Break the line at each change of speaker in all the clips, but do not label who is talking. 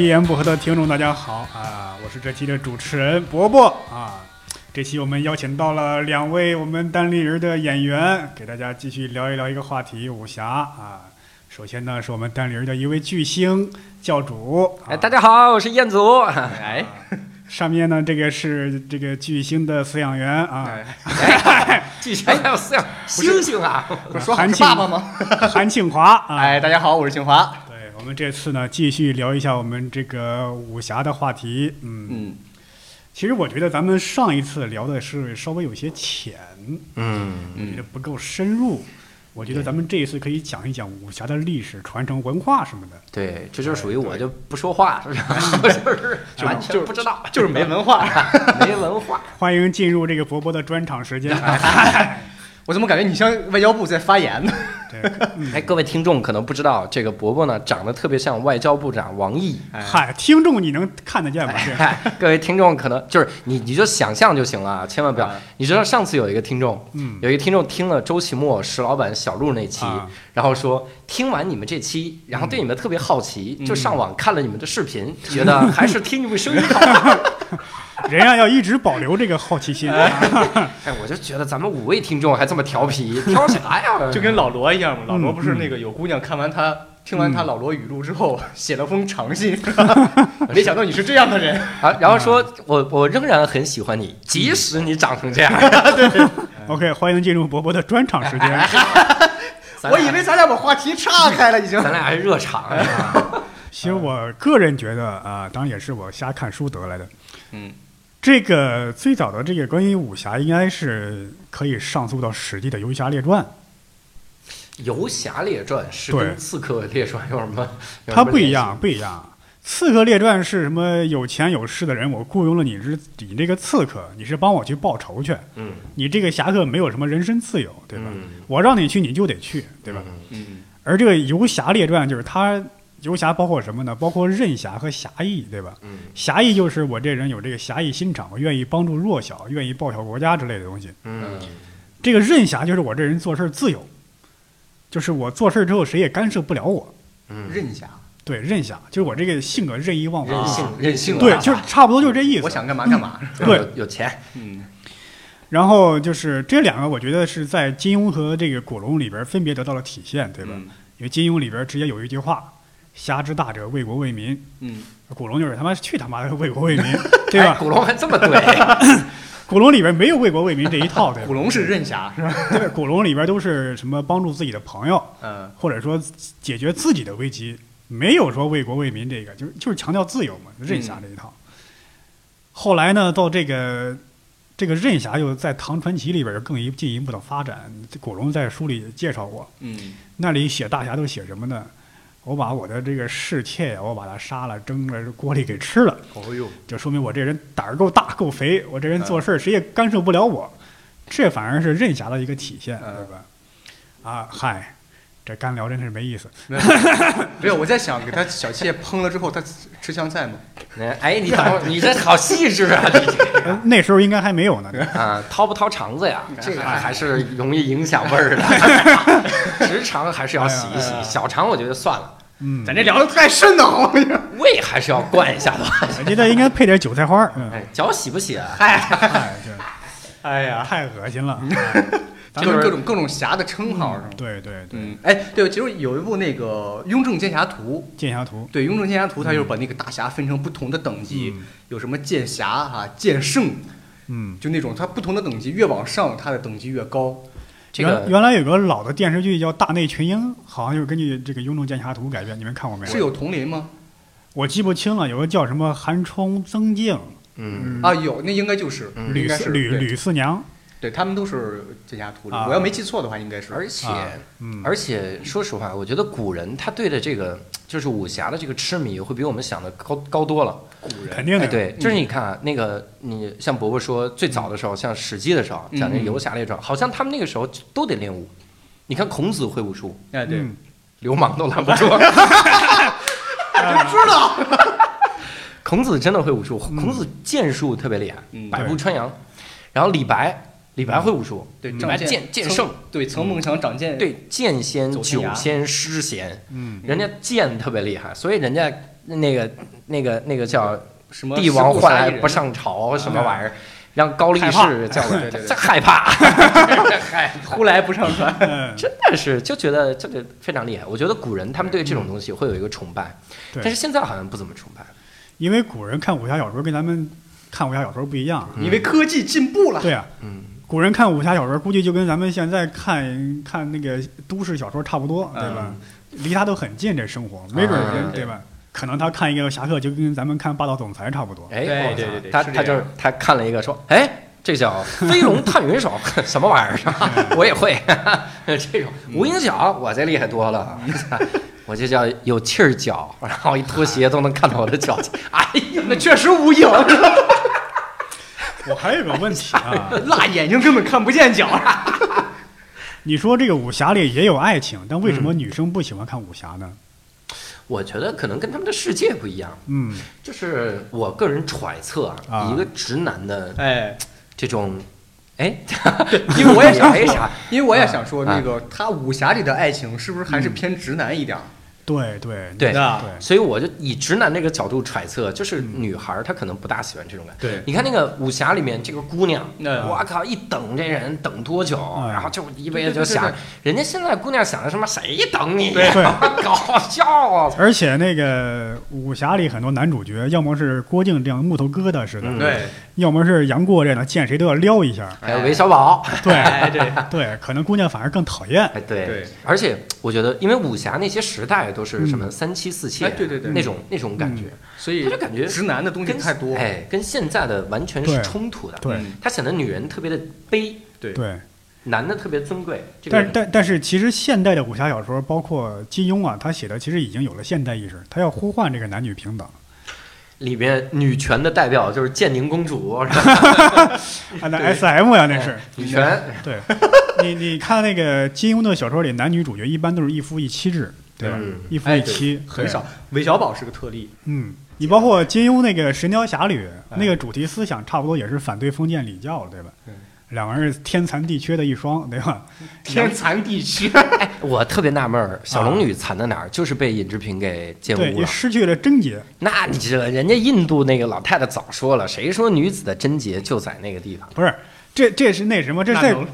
言不合的听众，大家好啊！我是这期的主持人伯伯啊。这期我们邀请到了两位我们单立人的演员，给大家继续聊一聊一个话题——武侠啊。首先呢，是我们单立人的一位巨星教主。啊、
哎，大家好，我是彦祖。哎，
上面呢，这个是这个巨星的饲养员啊。
哎，巨星还有饲养猩猩啊？
不是说好是爸爸吗？
韩庆华。啊、
哎，大家好，我是庆华。
我们这次呢，继续聊一下我们这个武侠的话题。嗯
嗯，
其实我觉得咱们上一次聊的是稍微有些浅，
嗯，
我觉得不够深入。我觉得咱们这一次可以讲一讲武侠的历史、传承、文化什么的。
对，这就是属于我就不说话， 是不是？完全不知道，
就是没文化，
没文化。
欢迎进入这个博博的专场时间。
我怎么感觉你像外交部在发言呢？
哎，各位听众可能不知道，这个伯伯呢长得特别像外交部长王毅。
嗨，听众你能看得见吗？
各位听众可能就是你，你就想象就行了，千万不要。你知道上次有一个听众，有一个听众听了周奇墨、石老板、小鹿那期，然后说听完你们这期，然后对你们特别好奇，就上网看了你们的视频，觉得还是听你们声音好。
人家要一直保留这个好奇心。
哎，我就觉得咱们五位听众还这么调皮，挑啥呀？
就跟老罗一样嘛，老罗不是那个有姑娘看完他听完他老罗语录之 后写了封长 信，没想到你是这样的人
啊！然后说我我仍然很喜欢你，即使你长成这样。
对
，OK，欢迎进入博博的专场时间。
我以为咱俩把话题岔开了，已经。
咱俩还热场。啊
哎其实我个人觉得啊，当然也是我瞎看书得来的。
嗯。
这个最早的这个关于武侠，应该是可以上溯到《史记》的《游侠列传》。
《游侠列传》是跟《刺客列传》有什么？
它不一样，不一样。《刺客列传》是什么？有钱有势的人，我雇佣了你是你这个刺客，你是帮我去报仇去。
嗯。
你这个侠客没有什么人身自由，对吧？
嗯、
我让你去，你就得去，对吧？
嗯。嗯
而这个《游侠列传》就是它。游侠包括什么呢？包括任侠和侠义，对吧？
嗯，
侠义就是我这人有这个侠义心肠，我愿意帮助弱小，愿意报效国家之类的东西。
嗯，
这个任侠就是我这人做事自由，就是我做事之后谁也干涉不了我。
嗯，
任侠
对任侠就是我这个性格任意妄
啊
为，
任性任性，
对，就是差不多就是这意思。
嗯我想干嘛干嘛，
嗯、对，
有钱，
嗯。
然后就是这两个，我觉得是在金庸和这个古龙里边分别得到了体现，对吧？
嗯、
因为金庸里边直接有一句话。侠之大者，为国为民。
嗯，
古龙就是他妈去他妈的为国 为民，对吧？
哎、古龙还这么 对，
古龙里边没有为国为民这一套，对吧？
古龙是任侠是吧？
对，古龙里边都是什么帮助自己的朋友，
嗯，
或者说解决自己的危机，没有说为国为民这个，就是就是强调自由嘛，任侠这一套。
嗯、
后来呢，到这个这个任侠又在《唐传奇》里边更一进一步的发展。古龙在书里介绍过，
嗯，
那里写大侠都写什么呢？我把我的这个侍妾，我把她杀了，蒸了锅里给吃了。
哦呦，
就说明我这人胆儿够大，够肥。我这人做事谁也干涉不了我，这反而是任侠的一个体现，
嗯
对吧？啊，嗨，这干聊真是没意思。
没啊有，我在想给他小妾烹了之后，他吃香菜吗？
哎，你等会儿，你这好细致 啊！你
呃那时候应该还没有呢。
啊，掏不掏肠子呀？这
哎
个还是容易影响味儿 的。直肠还是要洗一
哎
洗，小肠我觉得算了。
嗯，
咱这聊的太深了，我跟你说，
胃还是要灌一下的。
我觉得应该配点韭菜花。
嗯
哎，脚洗不洗啊？
嗨，
哎呀，
太恶心 了。
就是各种各种侠的称号
嗯
是吗？
对对对。
哎，对，其实有一部那个《雍正剑侠图》，
剑侠图。
对，《雍正剑侠图》，它
嗯
就是把那个大侠分成不同的等级，有什么剑侠啊、剑圣，
嗯，
就那种它不同的等级越往上，它的等级越高。
这个
原原来有个老的电视剧叫《大内群英》，好像就是根据这个《雍正剑侠图》改编，你们看过没有？
是有佟林吗？
我记不清了，有个叫什么韩冲、曾静，
嗯
啊，有，那嗯应该就是
吕
四
吕吕四娘，
对他们都是剑侠图里，
啊
我要没记错的话，应该是。
而且，
啊嗯
而且说实话，我觉得古人他对的这个就是武侠的这个痴迷，会比我们想的高高多了。
古
肯
人，
定的。嗯
哎，对，就是你看啊，那个你像伯伯说最早的时候，像《史记》的时候讲那《游侠列传》，好像他们那个时候都得练武。你看孔子会武术，
哎，对，
嗯
流氓都拦不 住。哎
我知道。
孔子真的会武术，
嗯
孔子剑术特别厉害，
嗯
百步穿杨。然后李白，李白会武术，
对，
李
长
嗯白
剑
剑剑
曾
圣，
对，曾梦想长剑，
对剑仙、
走天
酒
涯
仙、诗仙，
嗯
人家剑特别厉害，所以人家那个那个那个叫
什么
帝王
换
换来不上朝什么玩意儿，让高力
害怕
士叫过来，
嗯对对对
这害怕，
呼来不上船，
嗯
真的是就觉得这个非常厉害。我觉得古人他们对这
嗯
种东西会有一个崇拜，
对
但是现在好像不怎么崇拜。
因为古人看武侠小说跟咱们看武侠小说不一样。啊
嗯
因为科技进步了。
对啊，
嗯，
古人看武侠小说估计就跟咱们现在看看那个都市小说差不多，对吧？离他都很近，这生活没准儿人、
嗯
对吧？可能他看一个侠客就跟咱们看霸道总裁差不多。
哎，
对
我
对
操
对对
他
是
他
这
就
样
是他看了一个说，哎，这叫飞龙探云手， 什么玩意儿？ 我也会这种
嗯
无影脚，我这厉害多了， 我这叫有气儿脚，然后一脱鞋都能看到我的脚。 哎呦，
那确实无影，
我还有个问题啊，
辣眼睛根本看不见 脚。啊
你说这个武侠里也有爱情，但为什么女生不喜欢看武侠呢？
我觉得可能跟他们的世界不一样，
嗯
就是我个人揣测啊，
啊
以一个直男的
哎，
这种， 哎，
因为我 也想
哎啥，
因为我也想说，
啊
那个他武侠里的爱情是不是还是偏直男一点儿？
对对
对
对
所以我就以直男这个角度揣测，就是女孩儿她可能不大喜欢这种感觉。
对，
你看那个武侠里面这个姑娘，
嗯
我靠，一等这人等多久，
嗯
然后就一辈子
对对对
就
对
想
对，
人家现在姑娘想的什么谁等你
对对
呀， 搞笑啊！
而且那个武侠里很多男主角，要么是郭靖这样木头疙瘩似的，
嗯
对，
要么是杨过这样的，见谁都要撩一下。
还有韦小宝，
对
哎，对
对，可能姑娘反而更讨厌。
哎对
对
而且我觉得，因为武侠那些时代都是什么三妻四妾，
哎对对对
那种那种感觉，
所以
他就感觉
直男的东西
跟
太多。
哎，跟现在的完全
对
是冲突的。
对
嗯
他显得女人特别的卑，
对
对，
男的特别尊贵。这个
但但但是，其实现代的武侠小说，包括金庸啊，他写的其实已经有了现代意识，他要呼唤这个男女平等。
里边女权的代表就是建宁公主，
啊，那 S M 呀，那是。
女权
对， 你你看那个金庸的小说里，男女主角一般都是一夫一妻制，对吧
嗯？
一夫
哎
一
对
妻
很少。，韦小宝是个特例。
嗯，你包括金庸那个《神雕侠侣》，那个主题思想差不多也是反对封建礼教，对吧
对？
两个人是天残地缺的一双，对吧？
天残地缺，
哎我特别纳闷儿，小龙女惨在哪儿？就是被尹志平给玷
啊对，
污
也
了。
失去了贞洁。
那你这人家印度那个老太太早说了，谁说女子的贞洁就在那个地方？
不是，这这是那什么？这是
那
在
能嗯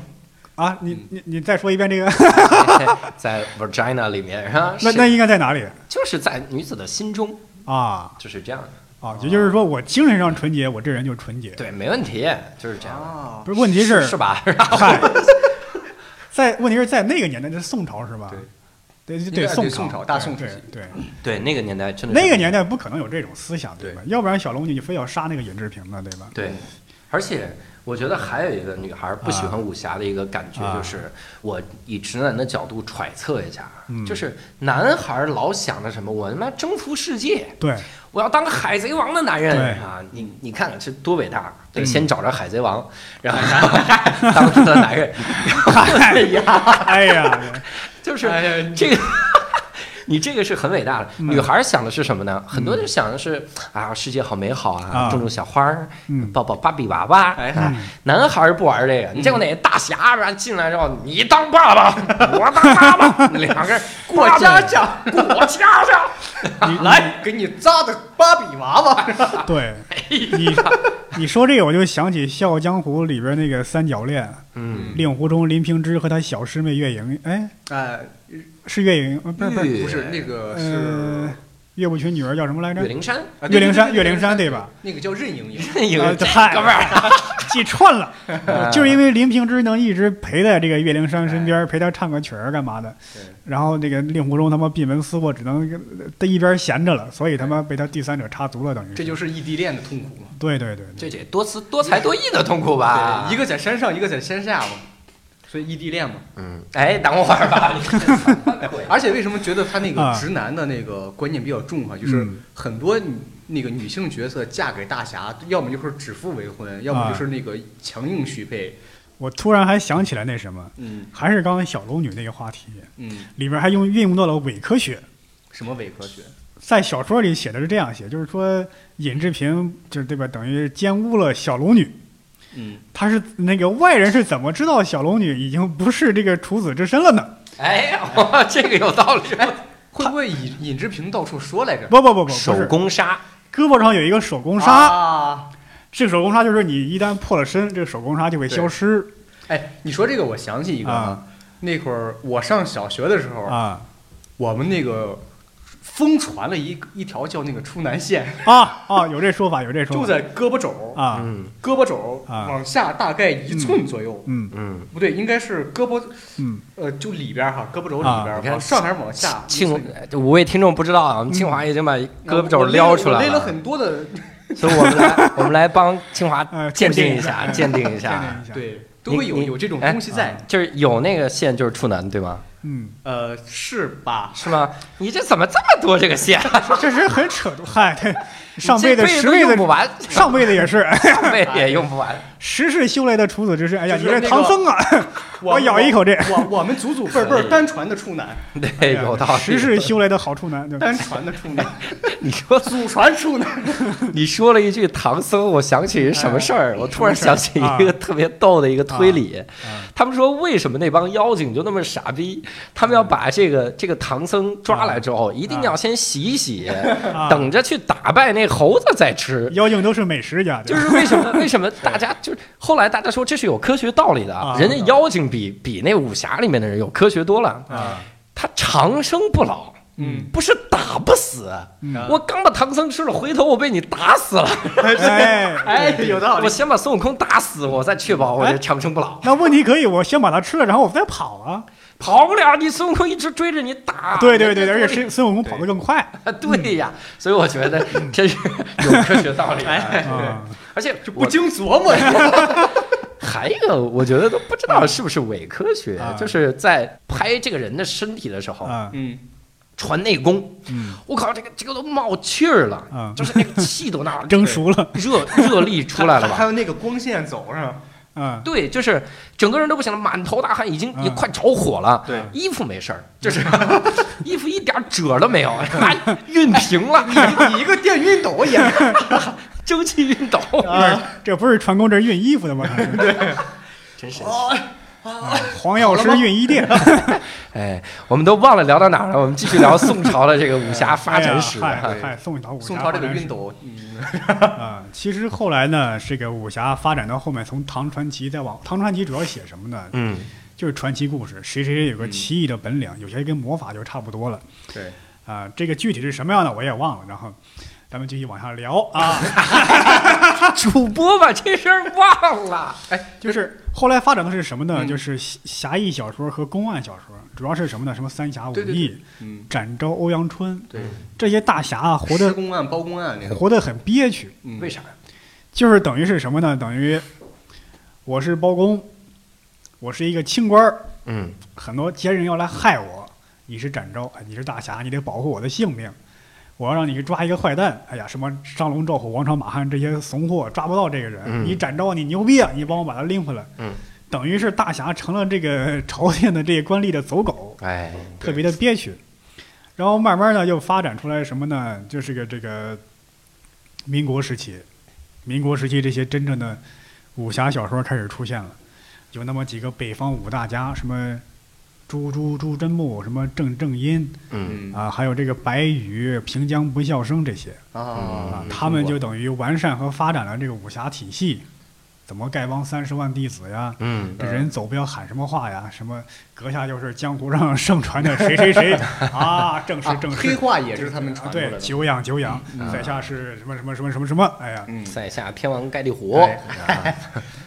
啊，你你你再说一遍这个，
在 vagina 里面，啊，
那那应该在哪里
就是在女子的心中，
啊？
就是这样的。
啊，也就是说，我精神上纯洁，我这人就纯洁。，
对，没问题，就是这样的。
啊，
不是问题
是吧？
嗨，在问题是在那个年代，这是宋朝是吧？对对
应该是
宋
对宋朝大宋
对
时期
对，对
对，那个年代真的是
那个年代不可能有这种思想对
对
吧？要不然小龙女非要杀那个尹志平呢对吧？
对，而且我觉得还有一个女孩不喜欢武侠的一个感觉，
啊
就是我以直男的角度揣测一下，
嗯
就是男孩老想着什么，我他妈征服世界，
对
我要当个海贼王的男人
对
啊！你你看看这多伟大，得先找着海贼王，然后 当他的男人，然后哎呀，
哎呀，
就是
哎呀
这个。 你这个是很伟大的，女孩想的是什么呢？很多就想的是啊，世界好美好啊
啊，
种种小花儿
嗯，
抱抱芭比娃娃。
哎
啊，男孩儿不玩这个，你见过哪个大侠，然后进来之后，你当爸爸，我当妈妈，两个人
过家家，
过家家。
来给你扎的芭比娃娃，
对，你你说这个我就想起《笑傲江湖》里边那个三角恋，
嗯，
令狐冲、林平之和他小师妹月莹，哎，
哎，
是月莹，呃不是不是，
岳
不是那个是
呃，岳不群女儿叫什么来着
岳？灵珊，
啊对
岳灵珊，
对对
岳
对
灵珊对吧？
那个叫任盈盈，
有
啊
这
嗨
哥们儿，
记串 了，呃就是因为林平之能一直陪在这个岳灵珊身边，陪她唱个曲儿干嘛的。然后那个令狐冲他妈闭门思过，只能在一边闲着了，所以他妈被他第三者插足了，等于
这就是异地恋的痛苦嘛。
对对对对
这得多姿多才多艺的痛苦吧？
对，一个在山上，一个在山下嘛，所以异地恋嘛。
嗯，哎，等会儿 吧，你
而且为什么觉得他那个
啊
直男的那个观念比较重啊？就是
嗯
很多女那个女性角色嫁给大侠，要么就是指腹为婚，要么
啊
就是那个强硬许配。
我突然还想起来那什么，
嗯
还是刚才小龙女那个话题，
嗯，
里边还用运用到了伪科学。
什么伪科学？
在小说里写的是这样写，就是说尹志平就是对吧，等于奸污了小龙女。
嗯，
他是那个外人是怎么知道小龙女已经不是这个处子之身了呢？
哎，我这个有道理。
会不会尹尹志平到处说来着？
不不不不，不
手
是
工杀，
胳膊上有一个手工纱，
啊！
这个手工纱就是你一旦破了身，这个手工纱就会消失
哎，你说这个，我想起一个
啊，
那会儿我上小学的时候，
啊
我们那个疯传了一一条叫那个出南线，
啊啊！有这说法，有这说
就
法
在胳膊肘，
啊，
嗯
胳膊肘
啊
往下大概一寸左右，
嗯
嗯，
不对，应该是胳膊
嗯
呃就里边儿哈，胳膊肘里边
啊
儿
你看
往上还是往下？
庆
一寸
五位听众不知道啊，我们清华已经把胳膊肘
我勒
撩出来
我勒了
了，
很多的
所以我们来我们来帮清华
呃
鉴定
一
一下，鉴定一
鉴
下，
定一下，
对，都会有
你
有这种
哎
东西在。
啊
就是有那个线就是处男对吗？
嗯，
呃，是吧？
是吗？你这怎么这么多这个线？
这是很扯的，嗨，对，上辈
这
子
辈子
十
都
辈
用
子，
不完，
上辈子也是，哎
上辈子也用不完。
十世修来的处子之身。哎呀，
就
你
是
这
那个
唐僧啊，我咬一口这
我我们祖祖辈辈儿单传的 处男，
哎
对，有道理。
十世修来的好处男，对吧？
单传的处男，
你说
祖传处男。
你说了一句唐僧，我想起什哎么事儿？啊我突然想起一个特别逗的一个推理，他们说为什么那帮妖精就那么傻逼？他们要把这个这个唐僧抓来之后，一定要先洗一洗，
啊
等着去打败那猴子再吃。
妖精都是美食家，对
就
吧
是为什 么？为什么大家就是后来大家说这是有科学道理的
啊？
人家妖精比比那武侠里面的人有科学多了，
啊，
他长生不老，
嗯，啊
不是打不死。
嗯
我刚把唐僧吃了，回头我被你打死了。
哎，
哎，有道
我
理。
先把孙悟空打死，我再确保我这长生不老。
那问题可以，我先把它吃了，然后我再跑啊。
跑不了，你孙悟空一直追着你打。
对对对，而且
是
孙孙悟空跑得更快
对呀，所以我觉得这是有科学道理 的。
啊。
而且
这不
哎我哎
经琢磨呀，
还有，我觉得都不知道是不是伪科学
啊，
就是在拍这个人的身体的时候
啊，
嗯，
传内功，
嗯
我靠，这个这个都冒气儿了
嗯，
就是 那个气 都那
蒸熟了，
热热力出来了吧
还？有那个光线走上，
嗯
对，就是整个人都不行了，满头大汗，已经
嗯
也快着火了。
对
衣服没事儿，就是 衣服一点儿褶都没有，还熨平了，
你你一个电熨斗也
蒸汽熨斗，
这这不是传功，这是熨衣服的吗？
真神奇。
啊，
啊黄药师熨衣店，
哎，我们都忘了聊到哪儿了，我们继续聊宋朝的这个武侠发展史。
哎呀嗨
哈
嗨嗨，宋朝武侠
宋朝这个
发展史
熨斗，嗯，
啊，其实后来呢，这个武侠发展到后面，从唐传奇再往唐传奇主要写什么呢？
嗯，
就是传奇故事，谁谁谁有个
嗯
奇异的本领，有些跟魔法就差不多了。
对，
啊、这个具体是什么样的我也忘了，然后咱们继续往下聊啊。
主播把这事儿忘了。
就是后来发展的是什么呢？
嗯
就是侠侠义小说和公案小说，主要是什么呢？什么三侠五义、
对对嗯，
展昭、欧阳春
对，
这些大侠啊，活
施
得
公案、包公案那个，
活得很憋屈，
嗯
为啥？
就是等于是什么呢？等于我是包公，我是一个清官儿，
嗯，
很多奸人要来害我，你是展昭，哎你是大侠，你得保护我的性命。我要让你去抓一个坏蛋，哎呀，什么张龙、赵虎、王朝、马汉这些怂货抓不到这个人，
嗯
你展昭你牛逼啊，你帮我把他拎回来。
嗯，
等于是大侠成了这个朝廷的这些官吏的走狗，
哎，
特别的憋屈。然后慢慢呢，又发展出来什么呢？就是个这个民国时期，民国时期这些真正的武侠小说开始出现了，有那么几个北方五大家，什么朱朱朱真木，什么郑正音
嗯
嗯
啊，还有这个白羽、平江不笑生这些
啊
啊
嗯，
他们就等于完善和发展了这个武侠体系，怎么丐帮三十万弟子呀，
嗯
这人走不要喊什么话呀？ 什么阁下就是江湖上盛传的谁谁 谁啊？正是
啊
正，
黑
是，
话也是他们传
啊
过来
对，
的，
久仰久仰，在下是什么什么什么什么什么？哎呀，
嗯，
在下天王盖地虎，
哦
哎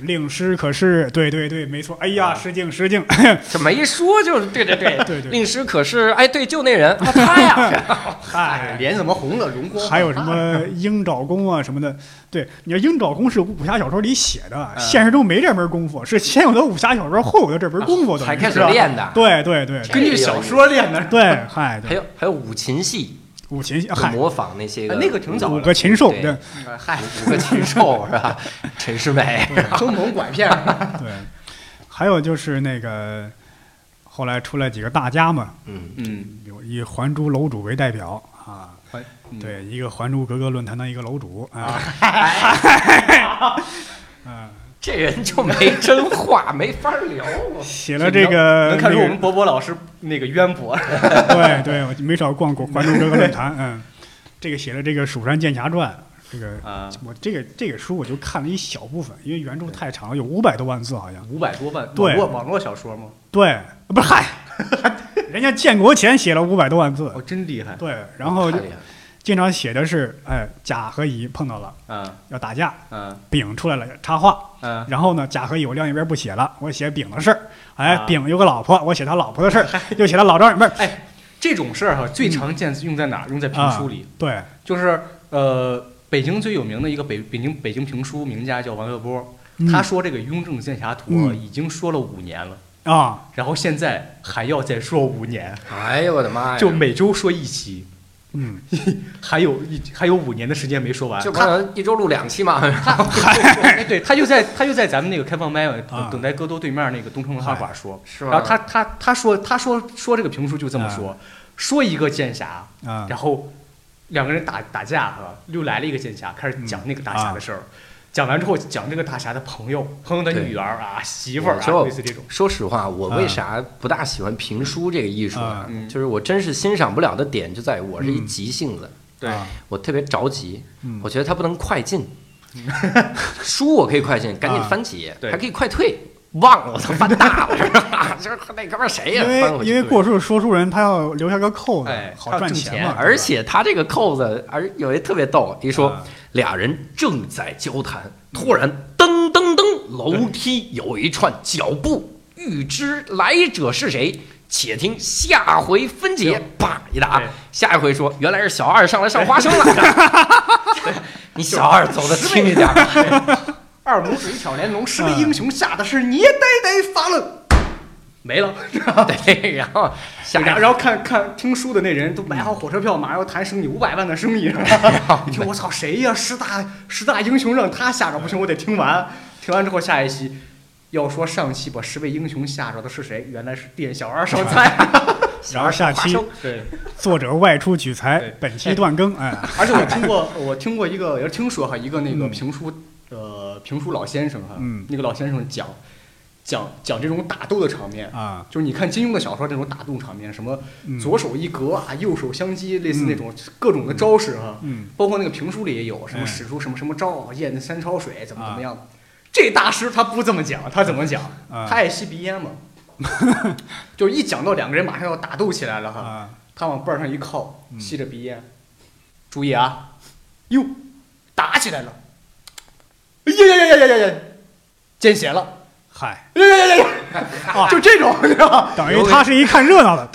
令师可是对对对，没错。哎
嗯
呀，失敬失敬。
这没说就是对对对
对对
令师可是哎对，就那人啊 他呀，
嗨，
脸怎么红了？容哎光
还有什么鹰爪功啊什么的？对，你说鹰爪功是武侠小说里写的，
嗯
现实中没这门功夫，是先有的武侠小说，后有的这门功夫，
啊
等于
才开
是
始练的。
对对对
这
根据小说练的，
对，嗨，
还
对，
有还有五禽戏，
五禽
就
嗨，
模仿那些个
哎那个挺早的
五个禽兽，
对
对
哎 嗨，
五个禽兽是 吧？陈世美，
坑蒙拐骗，
对，还有就是那个后来出来几个大家嘛，
嗯
嗯，
有以《还珠楼主》为代表啊，
还，啊
对，一个《还珠格格》论坛的一个楼主啊，嗯、
这人就没真话，没法聊。
写了这个，
能看出
那
我
个
们博博老师那个 渊博。
对对，我没少逛过关注各个论坛。嗯，这个写的这个《蜀山剑侠传》，这个
啊，
我这个这个书我就看了一小部分，因为原著太长了，有五百多万字好像。
五百多万，
对
网络网络小说吗？
对，啊不是 嗨，人家建国前写了五百多万字。
哦，真厉害
对，然后
太
就
厉害了
经常写的是，哎，甲和乙碰到了
啊！
要打架，
嗯
丙出来了插话，
嗯，
然后呢，甲和乙我晾一边不写了，我写丙的事儿。哎
啊，
丙有个老婆，我写他老婆的事儿，又写他老丈人不是
哎这种事儿哈，最常见用在哪儿？用在
啊
评书里，
对，
就是呃，北京最有名的一个北北京北京评书名家叫王月波，
嗯
他说这个《雍正剑侠图》
嗯
已经说了五年了，
啊，
然后现在还要再说五年，
哎呦我的妈呀！
就每周说一期，
嗯，
还有一还有五年的时间没说完。
就可
他
能一周录两期嘛。
哎对他就在他就在咱们那个开放麦
啊哎
等待戈多对面那个东城文化馆说，
是吧
然后他他他说他说说这个评书就这么
啊
说，说一个剑侠，
啊，
然后两个人打打架哈，又来了一个剑侠，开始讲那个大侠的事儿，讲完之后讲这个大侠的朋友、朋友的
对
女儿啊、媳妇儿
有时候
啊，类似这种。
说实话，我为啥不大喜欢评书这个艺术呢？
嗯
就是我真是欣赏不了的点就在于我是一
嗯
急性子，
对
啊
我特别着急，
嗯
我觉得它不能 快进。书我可以快进，赶紧
啊
翻几页，
对
还可以快退，忘了我都翻大了，是吧？ 就是那哥们儿谁呀、
因
翻回
为
去
因为
对
过去说书人他要留下个扣子
哎，
好赚
他要挣
嘛
钱。
而且他这个扣子，而有一特别逗，一说、
啊
俩人正在交谈，突然噔噔噔，楼梯有一串脚步，欲知来者是谁，且听下回分解。啪一打
对，
下一回说原来是小二上来上花生了。 你小二走的轻一点 吧，
二龙水挑帘龙，十个英雄吓得是你也呆呆发愣，没了。
对，然后下一
然后
个
然后看看听书的那人都买好火车票，马上要谈生意，五百万的生意。你听我操，谁呀？十大十大英雄让他吓着不行，我得听完。听完之后下一期，要说上期把十位英雄吓着的是谁？原来是店小二烧菜。
然后下
花
期
生
对，
作者外出取材
对，
本期断更，哎，
而且我听过， 我听过一个，也是听说哈，一个那个
嗯
评书，呃，评书老先生哈，
嗯
那个老先生讲讲讲这种打斗的场面。
啊，
就是你看金庸的小说那种打斗场面，什么
嗯
左手一格啊，右手相击，类似那种各种的招式哈、
嗯，
包括那个评书里也有什么
哎
使出什么什么招啊，验三抄水怎么怎么样的。这大师他不这么讲，他怎么讲？
啊
他爱吸鼻烟嘛， 就一讲到两个人马上要打斗起来了哈，
啊，
他往背儿上一靠，
嗯
吸着鼻烟，注意啊，哟，打起来了，哎呀呀呀呀呀呀，见血了，
嗨，
哎呀呀呀呀呀，就这种，你知道吧？
等于他是一看热闹的，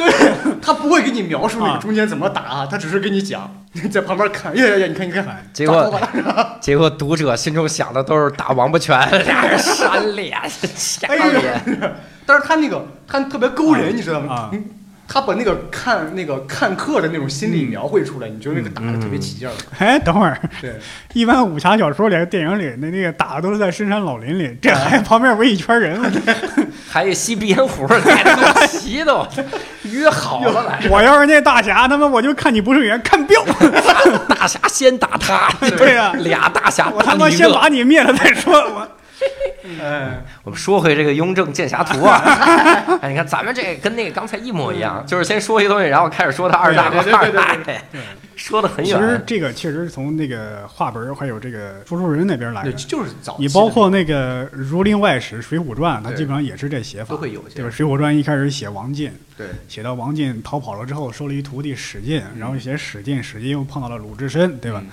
他不会给你描述那
啊
个中间怎么打啊，他只是跟你讲，你在旁边看，呀呀呀，你看你看，
哎
结果
打到 了
结果读者心中想的都是打王八拳，俩人扇脸下
哎呦
脸，
但是他那个他特别勾人，
啊
你知道
啊
吗？嗯他把那个看那个看客的那种心理
嗯
描绘出来，你觉得那个打的特别起劲儿。
哎，等会儿，
对，
一般武侠小说里、电影里那那个打的都是在深山老林里，这还旁边围一圈人，
哎
还有吸鼻烟壶， 俩人都齐的，我约好了来。
我要是那大侠，他妈我就看你不顺眼，看 彪，
大侠先打他，
对呀
俩大侠
我
打
他
你
妈
一
先
个。
把你灭了再说，我嗯
哎，
我们说回这个《雍正剑侠图》啊，哎，你看咱们这跟那个刚才一模一样，就是先说一东西，然后开始说他二大
对对
二
对对
大
对
爷，说的很
其实
远。
这个确实是从那个话本儿还有这个说书人那边来
对，
的，
就是早期的
你包括那个《儒林外史》《水浒传》，它
对
基本上也是这写法，
都会有一些
对吧？《水浒传》一开始写王进，
对
写到王进逃跑了之后，收了一徒弟史进，然后写史进，史进又碰到了鲁智深，对吧？？
嗯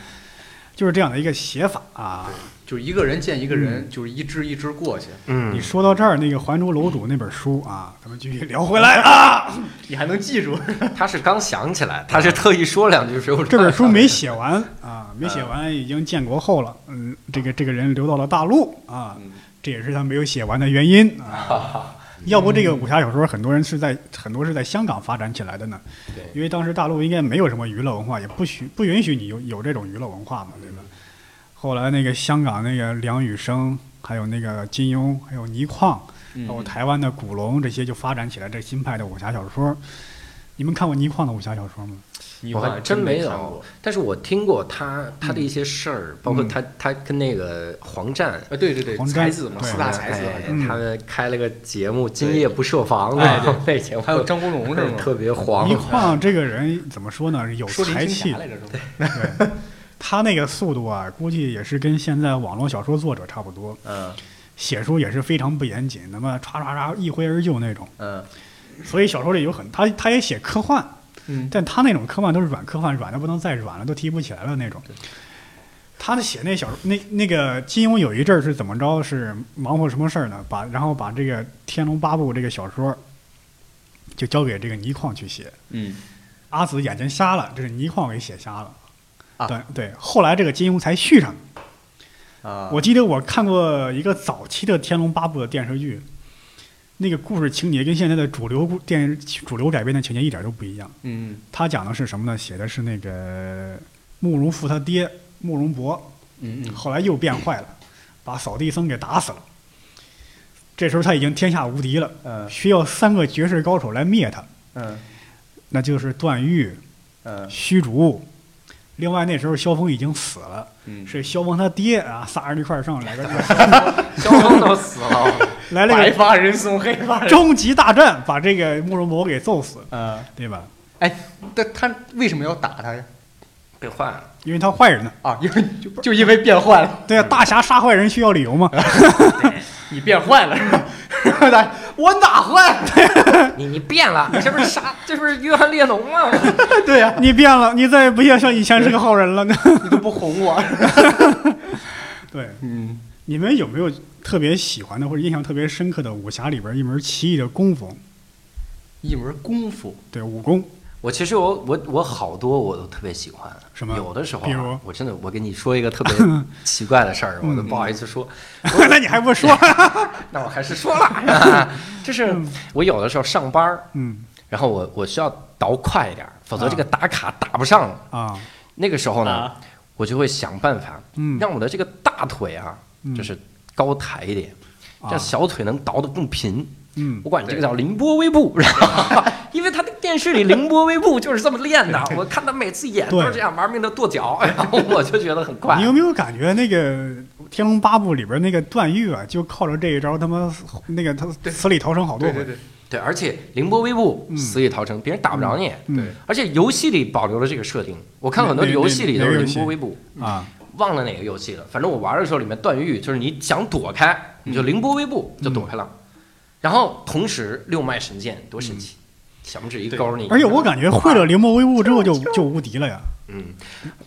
就是这样的一个写法啊。
就是一个人见一个
嗯
人，就是一支一支过去，
你
嗯，
说到这儿，那个《还珠楼主》那本书啊，咱们继续聊回来啊。
你还能记住。
他是刚想起来，他是特意说两句水浒传。
这本书没写完啊，没写完，已经建国后了。嗯，这个这个人流到了大陆啊，
嗯
这也是他没有写完的原因啊。要不这个武侠小说很多人是在很多是在香港发展起来的呢，
对
因为当时大陆应该没有什么娱乐文化，也不许不允许你有有这种娱乐文化嘛，对吧？后来那个香港那个梁羽生，还有那个金庸，还有倪匡，包括台湾的古龙这些就发展起来这新派的武侠小说。你们看过倪匡的武侠小说吗？
我
啊
还真没
看
有
过。
但是我听过他他的一些事儿，包括他他跟那个黄战。
啊，对对对，
黄
才
沾
子嘛，
对
四大才子，
哎
嗯
他们开了个节目《今夜不设防》
哎对
然后那节目
还有张国荣是吗？
特别黄
倪，匡这个人怎么说呢？有
说林
才
青
气
霞，来着是吗？
对，他那个速度啊，估计也是跟现在网络小说作者差不多，
嗯
写书也是非常不严谨，那么唰唰唰一挥而就那种。
嗯
所以小说里有很他他也写科幻，
嗯，
但他那种科幻都是软科幻，软的不能再软了，都提不起来了那种。他写那小说，那那个金庸有一阵儿是怎么着？是忙活什么事儿呢？把然后把这个《天龙八部》这个小说就交给这个倪匡去写。
嗯，
阿紫眼睛瞎了，这是倪匡给写瞎了。
啊
对对，后来这个金庸才续上。
啊，
我记得我看过一个早期的《天龙八部》的电视剧，那个故事情节跟现在的主流故电视主流改编的情节一点都不一样。
嗯
他讲的是什么呢？写的是那个慕容复他爹慕容博，
嗯嗯，
后来又变坏了，把扫地僧给打死了。这时候他已经天下无敌了，
嗯
需要三个绝世高手来灭他，
嗯
那就是段誉、
嗯
虚竹。另外那时候萧峰已经死了，
嗯，
是萧峰他爹啊，仨人一块儿上来个
肖峰都死了。
来了
白
个
发人送黑发 人。
终极大战，把这个慕容博给揍死，
啊，
对吧？
哎但他为什么要打他呀？
被换了，
因为他坏人呢。
啊，因为就就因为变坏了，
对啊，大侠杀坏人需要理由吗？
你变坏了是吧？ 然后他我哪坏了？
你你变了，你这不是杀，这不是约翰列侬吗？
对呀、
你变了，你再也不像像以前是个好人了。
你都不哄我。
对，
嗯，
你们有没有特别喜欢的或者印象特别深刻的武侠里边一门奇异的功夫？
一门功夫，
对，武功
我其实我我我好多我都特别喜欢，
什么
有的时候啊、
比如
我真的我跟你说一个特别奇怪的事 儿，我都不好意思说，
那你还不说？
那我还是说 了，就是我有的时候上班儿，
嗯
然后我我需要倒快一点儿，否则这个打卡打不上了。
啊，
那个时候呢，
啊
我就会想办法
嗯
让我的这个大腿啊，
嗯啊
就是高抬一点，这样小腿能倒得更平。
嗯
我管这个叫凌波微步， 然后因为他的电视里凌波微步就是这么练的，我看他每次演都是这样玩命的跺脚， 然后我就觉得很快
你。有没有感觉那个《天龙八部》里边那个段誉啊，就靠着这一招，他妈那个他死里逃生好多
对
回
对。对
对，而且凌波微步
嗯
死里逃生，别人打不着你。
嗯
而且游戏里保留了这个设定，我看很多
哪哪
游戏里都
哪
是
个游
凌
戏
波微步，
啊，
忘了哪个游戏了。反正我玩的时候，里面段誉就是你想躲开，你就凌波微步就躲开了，然后同时六脉神剑多神奇，响指一勾
嗯
你。
而且我感觉会了凌波微步之 后就就无敌了呀。
嗯，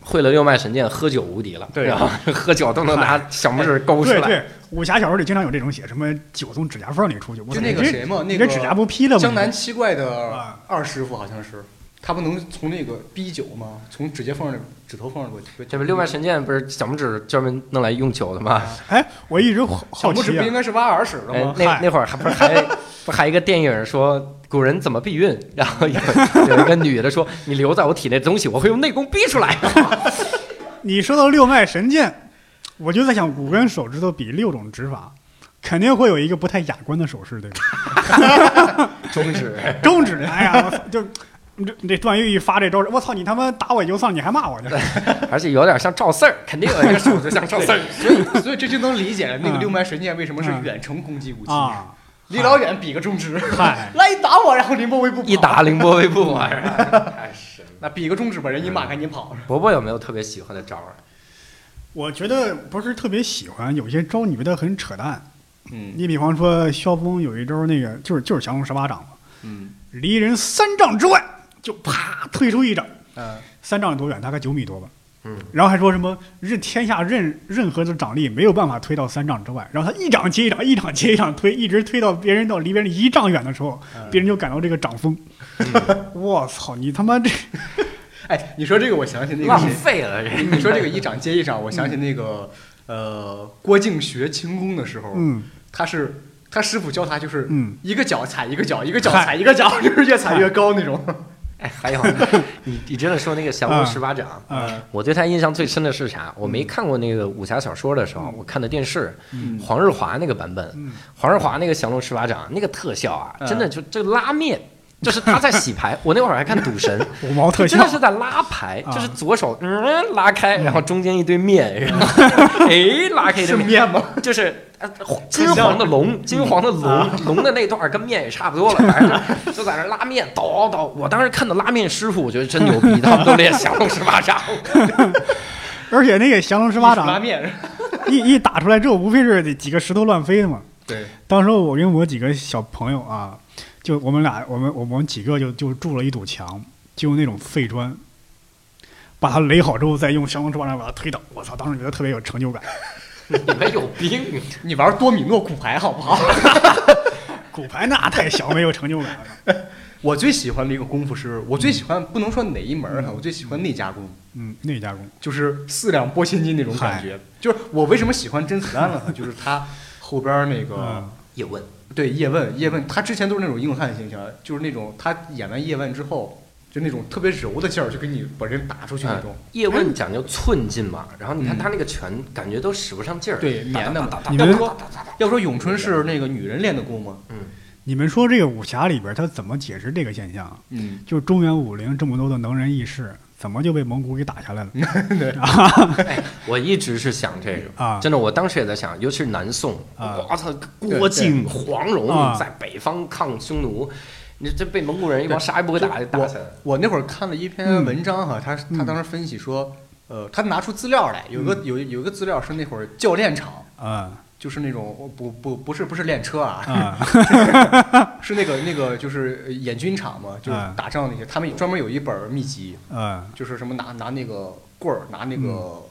会了六脉神剑，喝酒无敌了。
对
然后喝酒都能拿小拇指勾出
对
来。
对，武侠小说里经常有这种写什么酒从指甲缝里出去，我
就
操
那个
你这
谁嘛，那
你
个
这指甲不劈了吗？
江南七怪的
啊
二师傅好像是，他不能从那个逼酒吗？从指甲缝儿里、指头缝儿里过去。
这不六脉神剑不是小拇指专门弄来用酒的吗？
哎，我一直好好
小拇指
奇
不
啊
应该是挖耳屎的
哎
吗？
那
嗨
那会儿还不是还不还一个电影说古人怎么避孕，然后有有一个女的说你留在我体内的东西，我会用内功逼出来。
你说到六脉神剑，我就在想，五根手指头比六种指法，肯定会有一个不太雅观的手势，对吧？
中 指，
中指，哎呀，我操，就你这你这段誉一发这招，我操，你他妈打我也就算，你还骂我呢？
而且有点像赵四儿，肯定有一个手就像赵四儿。
所以所以这就能理解了那个
哎嗯
六脉神剑为什么是
嗯
远程攻击武器，
啊，
离老远比个中指，
嗨，
来你打我，然后凌波微步跑
一，打凌波微步啊！太神了！
那比个中指把人一马赶紧跑。
伯伯有没有特别喜欢的招儿？
我觉得不是特别喜欢，有些招你觉得很扯淡。
嗯
你比方说，萧峰有一招那个就是就是降龙十八掌嘛，
嗯
离人三丈之外就啪推出一掌，
嗯
三丈有多远？大概九米多吧。
嗯，
然后还说什么任天下任任何的掌力没有办法推到三丈之外，然后他一掌接一掌，一掌接一掌推，一直推到别人到离别人一丈远的时候，别人就感到这个掌风。 我操、你他妈这
哎，你说这个我想起那个
浪
谁，
费嗯了这。
你说这个一掌接一掌，我想起那个呃郭靖学轻功的时候，
嗯
他是他师傅教他就是
嗯
一个脚踩一个脚，一个脚
嗨
踩一个脚， 就是越踩越高那种。
哎，还有，你你真的说那个降龙十八掌，
啊
我对他印象最深的是啥？我没看过那个武侠小说的时候，我看的电视，
嗯
黄日华那个版本，
嗯
黄日华那个降龙十八掌那个特效啊，
嗯
真的就这拉面。就是他在洗牌。 我那会儿还看赌神，
五毛 特
真
效
的是在拉牌，
啊
就是左手嗯拉开，然后中间一堆面，然后哎拉开一堆
是
面，
面吗？
就是呃金黄的龙，金黄的龙，龙的那段儿跟面也差不多了，反正就 就在那拉面倒倒。我当时看到拉面师傅，我觉得真牛逼，他们都练降龙十八掌。
而且那个降龙十八
拉
掌
面，
一一打出来之后，无非是得几个石头乱飞的嘛。
对，
当时我跟我几个小朋友啊，就我们俩，我们我们几个就就筑了一堵墙，就用那种废砖，把它垒好之后，再用降龙十八掌把它推倒。我操，当时觉得特别有成就感。
你们有 病！啊
嗯
你玩多米诺骨牌好不好？
骨牌那太小，没有成就感了。
我最喜欢的一个功夫是，我最喜欢不能说哪一门儿哈，我最喜欢内家功夫。
嗯，那家公
就是四两拨千斤那种感觉。就是我为什么喜欢甄子丹了 呢？就是他后边儿那个、
嗯
叶问，
对叶问，叶问他之前都是那种硬汉形象，就是那种他演完叶问之后，就那种特别柔的劲儿，就给你把人打出去那种。
叶问讲究寸劲嘛，然后你
嗯
看他那个拳，感觉都使不上劲儿。
对，
打，
棉的嘛。
你
要
们
说要说咏春是那个女人练的功吗？
你们说这个武侠里边，它怎么解释这个现象啊？
嗯，
就中原武林这么多的能人异士，怎么就被蒙古给打下 来了？
哎，我一直是想这个
啊
真的，我当时也在想，尤其是南宋，
啊
我操，郭靖、黄蓉
啊
在北方抗匈奴，你这被蒙古人一帮啥也不会打
对
就打起来了。
我那会儿看了一篇
嗯嗯
文章哈，他他当时分析说，呃，他拿出资料来，有个有有一个资料是那会儿教练场。
啊
就是那种不不不是不是练车啊，
啊
是那个那个就是呃演军场嘛，就是
嗯
打仗那些，他们专门有一本儿秘籍，
啊！
就是什么拿拿那个棍儿，拿那个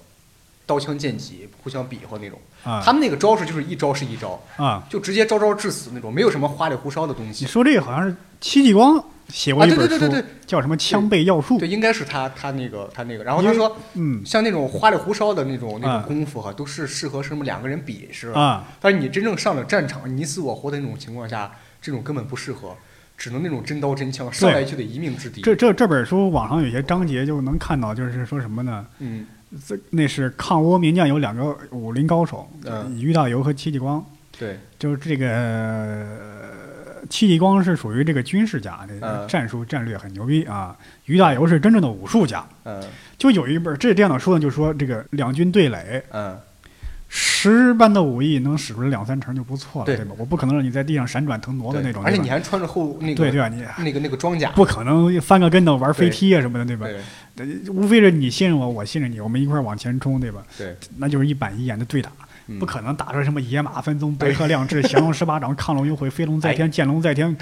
刀枪剑戟互相比划那种。
嗯啊
他们那个招式就是一招是一招，
啊！
就直接招招致死那种，没有什么花里胡哨的东
你
西。
说这个好像是戚继光写过一本书，
啊对对对对
叫什么《枪背要术》
对，应该是他他那个他那个，然后
因
他
为
说，
嗯
像那种花里胡哨的那种那
嗯
种功夫哈、都是适合什么两个人比试
啊
但是你真正上了战场，你死我活的那种情况下，这种根本不适合，只能那种真刀真枪，上来就得一命之敌。
这这这本书网上有些章节就能看到，就是说什么呢？
嗯，
这那是抗倭名将有两个武林高手，
嗯
于大猷和戚继光，
对，
就是这个、呃戚继光是属于这个军事家，这个
嗯
战术战略很牛逼啊。于大猷是真正的武术家。
嗯
就有一本这这样的书呢，就说这个两军对垒，
嗯，
十般的武艺能使出两三成就不错了，对
对
吧？我不可能让你在地上闪转腾挪的那种，
而且
对吧
你还穿着厚那个
对对吧？你
那个那个装甲，
不可能翻个跟头玩飞踢啊什么的，对吧？
对
呃无非是你信任我，我信任你，我们一块儿往前冲，对吧？
对，
那就是一板一眼的对打，
嗯
不可能打出什么野马分鬃、白鹤亮翅、降龙十八掌、亢龙有悔、飞龙在
哎
天、剑龙在天。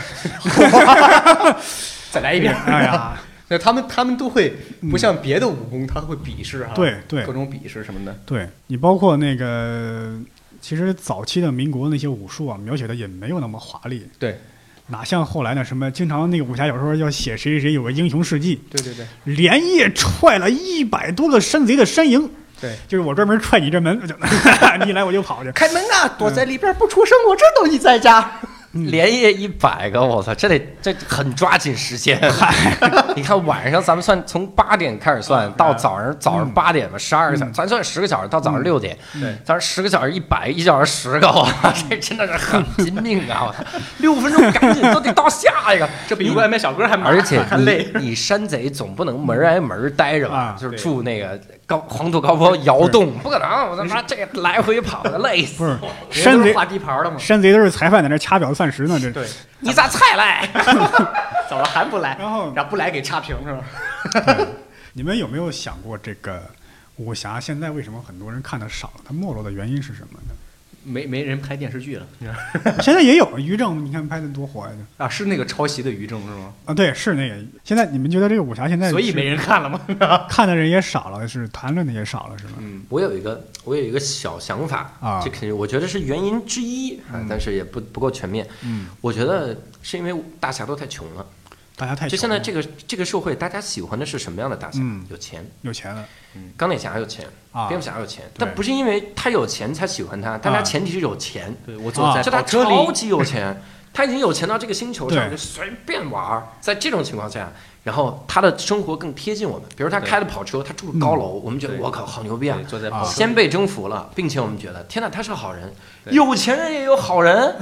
再来一遍。
哎呀，
那他们他们都会
嗯
不像别的武功，他会鄙视哈，
对对
各种鄙视什么的。
对你包括那个，其实早期的民国那些武术啊，描写的也没有那么华丽，
对
哪像后来呢？什么经常那个武侠小说要写谁谁谁有个英雄事迹，
对对对
连夜踹了一百多个山贼的山营，
对，
就是我专门踹你这门，就 你一来我就跑去。
开门啊，躲在里边不出声，我知道你在家。
连夜一百个，我操，这得这很抓紧时间。 你看晚上咱们算从八点开始算到早
嗯
上早上八点吧，十二个小时，咱算十个小时到早上六点，
嗯对，嗯
早上十个小时一百，一小时十个，我操，这真的是很拼命啊！我 操，六分钟赶紧都得到下一个，
这比外卖小哥还麻烦
而且
还累。
你你山贼总不能门儿挨门儿待着吧
啊？
就是
对
住那个高黄土高坡窑洞，不可能！我他妈这个来回跑的累
不
死！
是
人
山
都是
贼，
画地盘的嘛。
山贼都是裁判在那掐表算时呢，这
对，
你咋才来？
怎么还不来？
然后
然后不来给差评是吧？
你们有没有想过这个武侠现在为什么很多人看的少了？它没落的原因是什么呢？
没没人拍电视剧了
现在也有于正，你看拍的多火呀！
啊？是那个抄袭的于正是吗？
啊，对，是那个。现在你们觉得这个武侠现在
所以
是
没人看了吗？
看的人也少了，是谈论的也少了，是吗？
嗯，
我有一个我有一个小想法
啊
这肯定我觉得是原因之一，啊但是也不不够全面。
嗯，
我觉得是因为大侠都太穷了，
大家太
就
穷
现在
了
这个这个社会，大家喜欢的是什么样的大侠
嗯？
有钱，
有钱了，
钢铁侠有钱，
啊
蝙蝠侠有钱，
对
但不是因为他有钱才喜欢他，但他
啊
前提是有钱，哦
对我坐在
就他
跑车里
超，级有钱， 他已经有钱到这个星球上
对
就随便玩儿。在这种情况下，然后他的生活更贴近我们，比如他
对嗯
开的跑车，他住高楼，我们觉得
对
我靠，好牛逼啊
对，！坐在
啊
跑车
先
里
被征服了，并且我们觉得天哪，他是好人，
对嗯
有钱人也有 好人，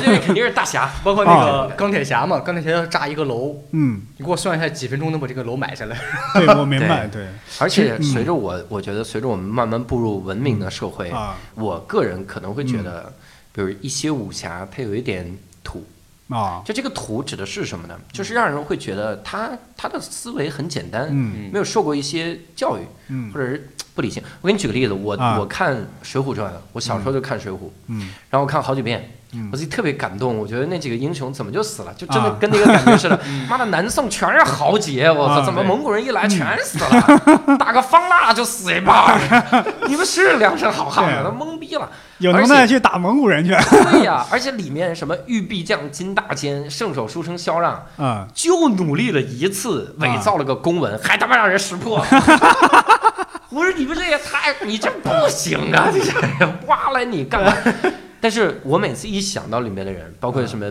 这肯定是大侠。
包括那个
啊
钢铁侠嘛，钢铁侠要炸一个楼，
嗯，
你给我算一下几分钟能把这个楼买下来？
对我明白，对
而且
嗯
随着我，我觉得随着我们慢慢步入文明的社会，
嗯
啊
我个人可能会觉得，比如一些武侠，它有一点土。
啊，
就这个土指的是什么呢？就是让人会觉得他他的思维很简单，
嗯
没有受过一些教育，
嗯
或者是不理性。我给你举个例子，我、
啊
我看《水浒传》，我小时候就看《水浒》
嗯
然后我看好几遍，
嗯
我自己特别感动，我觉得那几个英雄怎么就死了，就真的
啊嗯
跟那个感觉 似的。妈的，南宋全是豪杰，我操，
啊
怎么
对
蒙古人一来 全死了，打个方腊就死一半儿， 你们是良臣好汉
对
吗？都懵逼了。
有能耐去打蒙古人去，
对呀、而且里面什么玉臂将金大坚，圣手书生萧让，
啊
就努力了一次，伪造了个公
啊
文，还他妈让人识破。 我说你们这也太，你这不行 啊！你这挖来你干嘛？但是我每次一想到里面的人，包括什么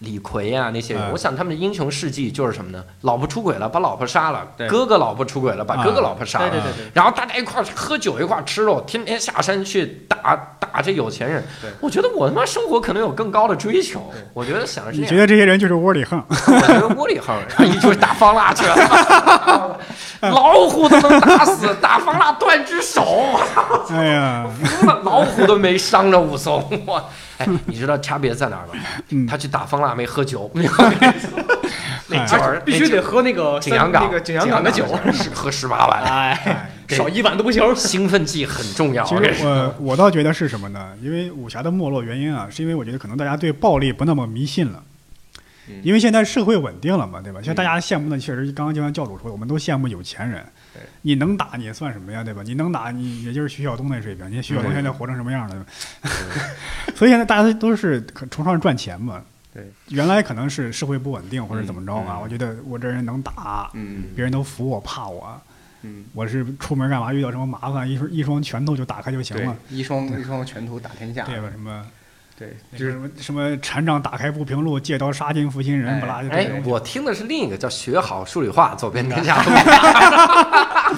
李逵啊那些人，
嗯
我想他们的英雄事迹就是什么呢？老婆出轨了，把老婆杀了；
对啊
哥哥老婆出轨了，把哥哥
嗯
老婆杀了。
对对对对
然后大家一块儿喝酒，一块儿吃肉，天天下山去打打这有钱人
对。
我觉得我他妈生活可能有更高的追求。我觉得想的是这
你
样
觉。得这些人就是窝里横，
我觉得窝里横，然 后一就是打方腊去 了，老虎都能打死，打方腊断只手，
哎呀，
服了，老虎都没伤着武 松。我，哎，你知道差别在哪儿吗？
嗯
他去打方腊没喝 酒，那
啊
酒
而
儿
哎且必须
那酒
得喝那个
景阳冈
那个景阳冈的酒，
是喝十八碗，
哎，
对
少一碗都不行。
兴奋剂很重要。
其
我跟你
实
说
我我倒觉得是什么呢？因为武侠的没落原因啊，是因为我觉得可能大家对暴力不那么迷信了
嗯。
因为现在社会稳定了嘛，对吧？像大家羡慕的，确实刚刚就像教主说，的，我们都羡慕有钱人
对。
你能打你也算什么呀，对吧？你能打你也就是徐晓东那水平，你看徐晓东现在活成什么样了？ 所以现在大家都是崇尚赚钱嘛。
对，
原来可能是社会不稳定或者怎么着
嗯
啊，
嗯
我觉得我这人能打，
嗯
别人都服我怕我，
嗯，
我是出门干嘛遇到什么麻烦，一双 一双拳头就打开就行
对
了。
一双一双拳头打天下，
对吧？什么
对，
那
就
个
是
什么什么禅杖打开不平路，借刀杀尽负心人，
哎
不拉就这
哎
种，
我听的是另一个叫“学好数理化，走遍天下”。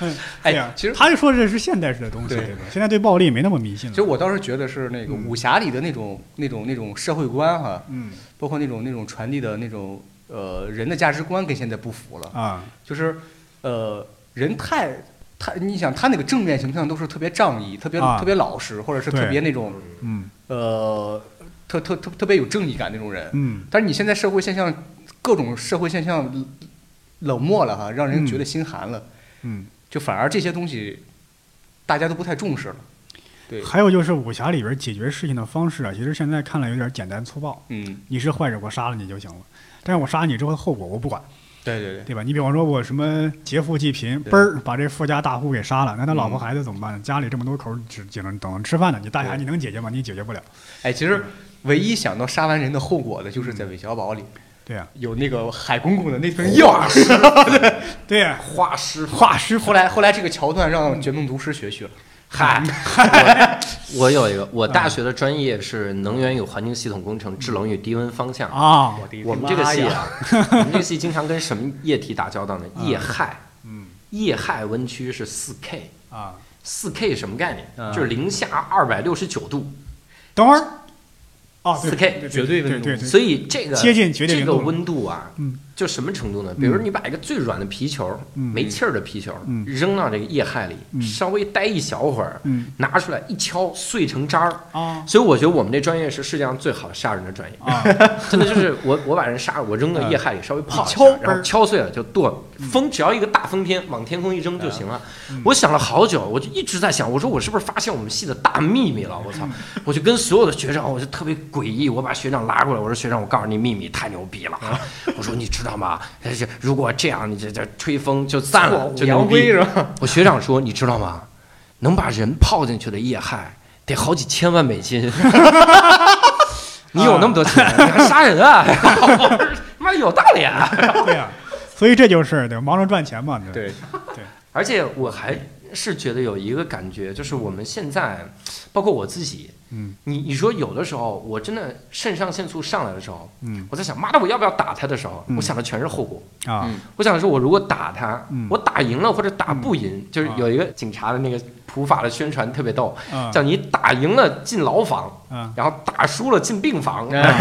对
哎
呀
其实
他就说这是现代式的东西，
对
对吧？现在对暴力没那么迷信
其
了。
实我倒是觉得是那个武侠里的那种、那种、那种社会观哈、
嗯
包括那种那种传递的那种呃人的价值观跟现在不符了，
啊
就是呃人太太，你想他那个正面形象都是特别仗义、特别、
啊
特别老实，或者是
对
特别那种
嗯
呃特特特特别有正义感那种人。
嗯
但是你现在社会现象，各种社会现象冷冷漠了哈，让人觉得心寒了，
嗯。
就反而这些东西大家都不太重视了。对，
还有就是武侠里边解决事情的方式啊，其实现在看来有点简单粗暴。
嗯，
你是坏人，我杀了你就行了。但是我杀你之后的后果我不管，
对对对，
对吧？你比方说我什么劫富济贫，
对
嘣儿把这富家大户给杀了，那他老婆
嗯
孩子怎么办？家里这么多口儿只只能等着吃饭呢，你大侠
对
你能解决吗？你解决不了，
哎，其实唯一想到杀完人的后果的，就是在韦小宝里
嗯对啊呀、
有那个海公公的那份药。
对呀、
画师
画师
后来后来这个桥段让绝命毒师学去了。
嗨，我我有一个，我
嗯
大学的专业是能源与环境系统工程、制冷与低温方向。
啊，
的
我们这个系啊， 我们这个系经常跟什么液体打交道呢？液氦，
嗯
液氦温区是四 K，
啊，
四 K 什么概念？
嗯
就是零下二百六十九度，
等会儿，哦，对
4K
对对
绝对温
对对
度
对，
所以这个
接近绝对
这
零
个
度了，
温度啊，
嗯
就什么程度呢？比如你把一个最软的皮球，
嗯
没气儿的皮球
嗯
扔到这个液氦里，
嗯
稍微待一小会儿，
嗯
拿出来一敲碎成渣儿。
啊
所以我觉得我们这专业是世界上最好的杀人的专业。
啊，
真的就是我我把人杀了，我扔到液氦里稍微泡一
嗯
下
敲嘣儿
然后敲碎了就剁了。风只要一个大风天往天空一扔就行了
嗯。
我想了好久，我就一直在想，我说我是不是发现我们系的大秘密了？我
嗯
操！我就跟所有的学长，我就特别诡异，我把学长拉过来，我说学长，我告诉你秘密太牛逼了啊！
嗯
我说你知道吗？哎这如果这样，你这这吹风就散了，就牛
杨
逼
辉是吧？
我学长说，你知道吗？能把人泡进去的液氦得好几千万美金。你有那么多钱，你还杀人啊？我说 妈有道理啊！
对呀、所以这就是对忙着赚钱嘛，对吧
对，
而且我还是觉得有一个感觉，就是我们现在，包括我自己，
嗯
你你说有的时候，我真的肾上腺素上来的时候，
嗯
我在想，妈的，我要不要打他的时候，
嗯
我想的全是后果。
啊
嗯
我想的是，我如果打他
嗯，
我打赢了或者打不赢，就是有一个警察的那个普法的宣传特别逗，
啊
嗯叫你打赢了进牢房，
啊！
然后打输了进病房，
哎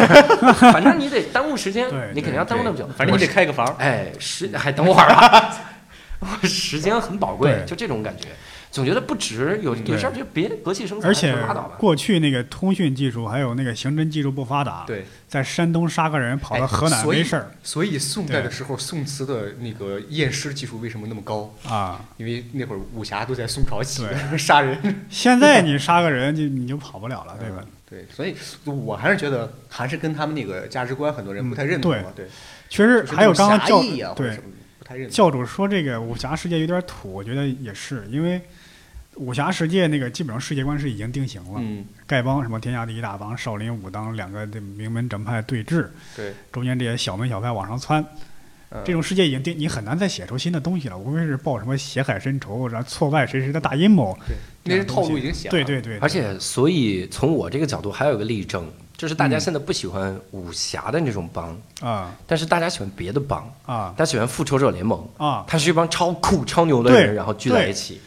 反正你得耽误时间
对对，
你肯定要耽误那么久。
反正
我
你得
是
开个房。
哎，时还等会儿啊， 我时间很宝贵
对，嗯
就这种感觉，总觉得不值，有有事儿就别隔气生财，
而且
就拉倒吧。
过去那个通讯技术还有那个刑侦技术不发达，
对，
在山东杀个人跑到河
哎
南
所以
没事儿
所以宋代的时候，宋词的那个验尸技术为什么那么高？
啊。
因为那会儿武侠都在宋朝起的 杀人，
现在你杀个人就你就跑不了了，对吧？
对，所以我还是觉得还是跟他们那个价值观，很多人不太认同
嗯
嘛，对，
确实
就是
还有刚刚
那
教
种侠义啊，或
对
者什么的不太认同。
教主说这个武侠世界有点土，我觉得也是，因为武侠世界那个基本上世界观是已经定型了，
嗯，
丐帮什么天下第一大帮，少林、武当两个这名门正派对峙，
对，
中间这些小门小派往上窜，
嗯
这种世界已经定，你很难再写出新的东西了，无非是报什么血海深仇，然后挫败谁谁的大阴谋，
对，那些套路已经写了，
对对对，
而且，所以从我这个角度还有一个例证，就是
嗯
大家现在不喜欢武侠的那种帮，
啊
但是大家喜欢别的帮，
啊
大家喜欢复仇者联盟，
啊，
它是一帮超酷超牛的人，
对
然后聚在一起。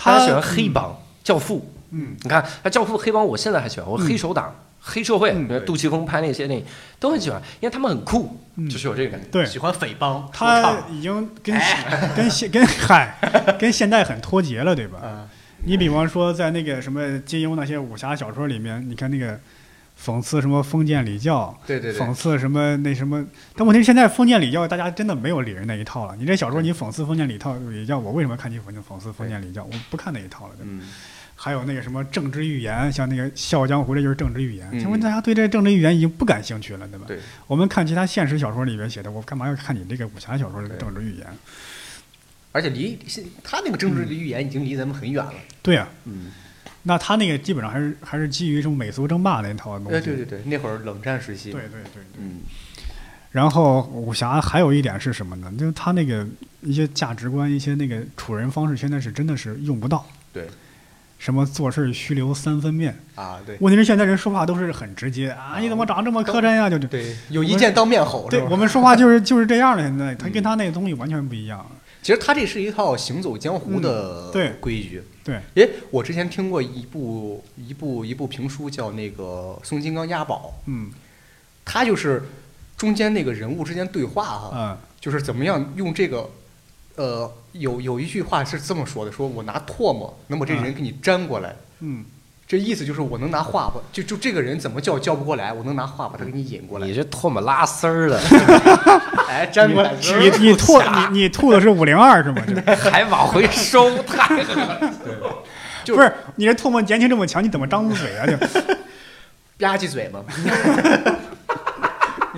他
大家喜欢黑帮、教父，
嗯，
你看，那教父黑帮，我现在还喜欢，我黑手党、黑社会，
嗯
比如杜琪峰拍那些电影都很喜欢，因为他们很酷，
嗯
就是有这个感觉。
对，
喜欢匪帮，
他已经跟
哎
现跟现跟嗨跟现代很脱节了，对吧？
啊，
你比方说，在那个什么金庸那些武侠小说里面，你看那个讽刺什么封建礼教，
对对对
讽刺什么那什么，但问题是现在封建礼教大家真的没有理人那一套了。你这小说你讽刺封建礼套礼教，我为什么看你讽讽刺封建礼教？我不看那一套了。对吧
嗯，
还有那个什么政治寓言，像那个《笑傲江湖》，这就是政治寓言。
嗯
请问大家对这政治寓言已经不感兴趣了，对吧？
对，
我们看其他现实小说里面写的，我干嘛要看你这个武侠小说里的
对
政治寓言？
而且离现他那个政治的预言已经离咱们很远了，
对呀、
嗯，
那他那个基本上还是还是基于什么美苏争霸那一套东西。
哎，对对对，那会儿冷战时期，
对对对对。
嗯，
然后武侠还有一点是什么呢？就是他那个一些价值观、一些那个处人方式，现在是真的是用不到。
对，
什么做事须留三分面，
啊，对
问题是现在人说话都是很直接啊！你怎么长这么磕碜呀？就就
对，有意见当面吼，
对
是吧
我们说话就是 就是这样的。现在他跟他那个东西完全不一样。
其实他这是一套行走江湖的
嗯对
规矩。
对，
诶，我之前听过一部一部一部评书，叫那个《宋金刚押宝
嗯》，
他就是中间那个人物之间对话哈、
啊
就是怎么样用这个，呃，有有一句话是这么说的：说我拿唾沫能把这人给你粘过来，
嗯
这意思就是我能拿话把就就这个人怎么叫叫不过来，我能拿话把他给你引过来
你，这唾沫拉丝儿的，
哎，粘过来，
你你吐你你吐的是五零二是吗？这
还往回收，太狠了。
就
不是你这唾沫粘性这么强，你怎么张嘴啊？就
吧唧嘴嘛，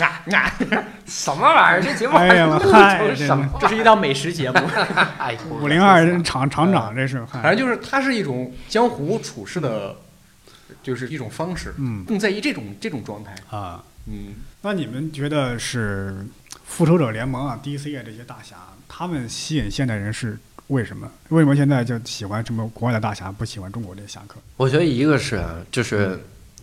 啊啊，
什么玩意儿？这节目还
哎呀
录
我嗨
成什么
这是一档美食节目。
哎呦
五零二厂厂长这是，
反正就是它是一种江湖处事的，就是一种方式，
嗯
更在意这种这种状态。
啊。
嗯，
那你们觉得是复仇者联盟啊、DC 啊这些大侠，他们吸引现代人是为什么？为什么现在就喜欢什么国外的大侠，不喜欢中国这些侠客？
我觉得一个是啊就是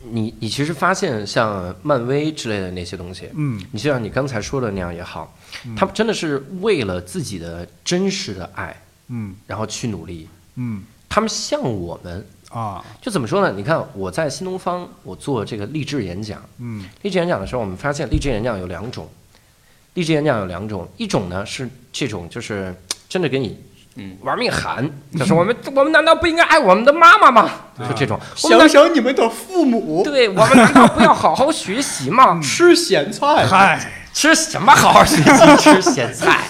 你你其实发现像漫威之类的那些东西，
嗯
你就像你刚才说的那样也好
嗯，
他们真的是为了自己的真实的爱，
嗯
然后去努力。
嗯
他们像我们，
啊
就怎么说呢？你看我在新东方，我做这个励志演讲，
嗯
励志演讲的时候，我们发现励志演讲有两种，励志演讲有两种，一种呢是这种就是真的给你。
嗯
玩命喊，就是我们，我们难道不应该爱我们的妈妈吗？就这种，我们难
想想你们的父母
对我们难道不要好好学习吗？
吃咸菜，
嗨
吃什么好好学习？吃咸菜？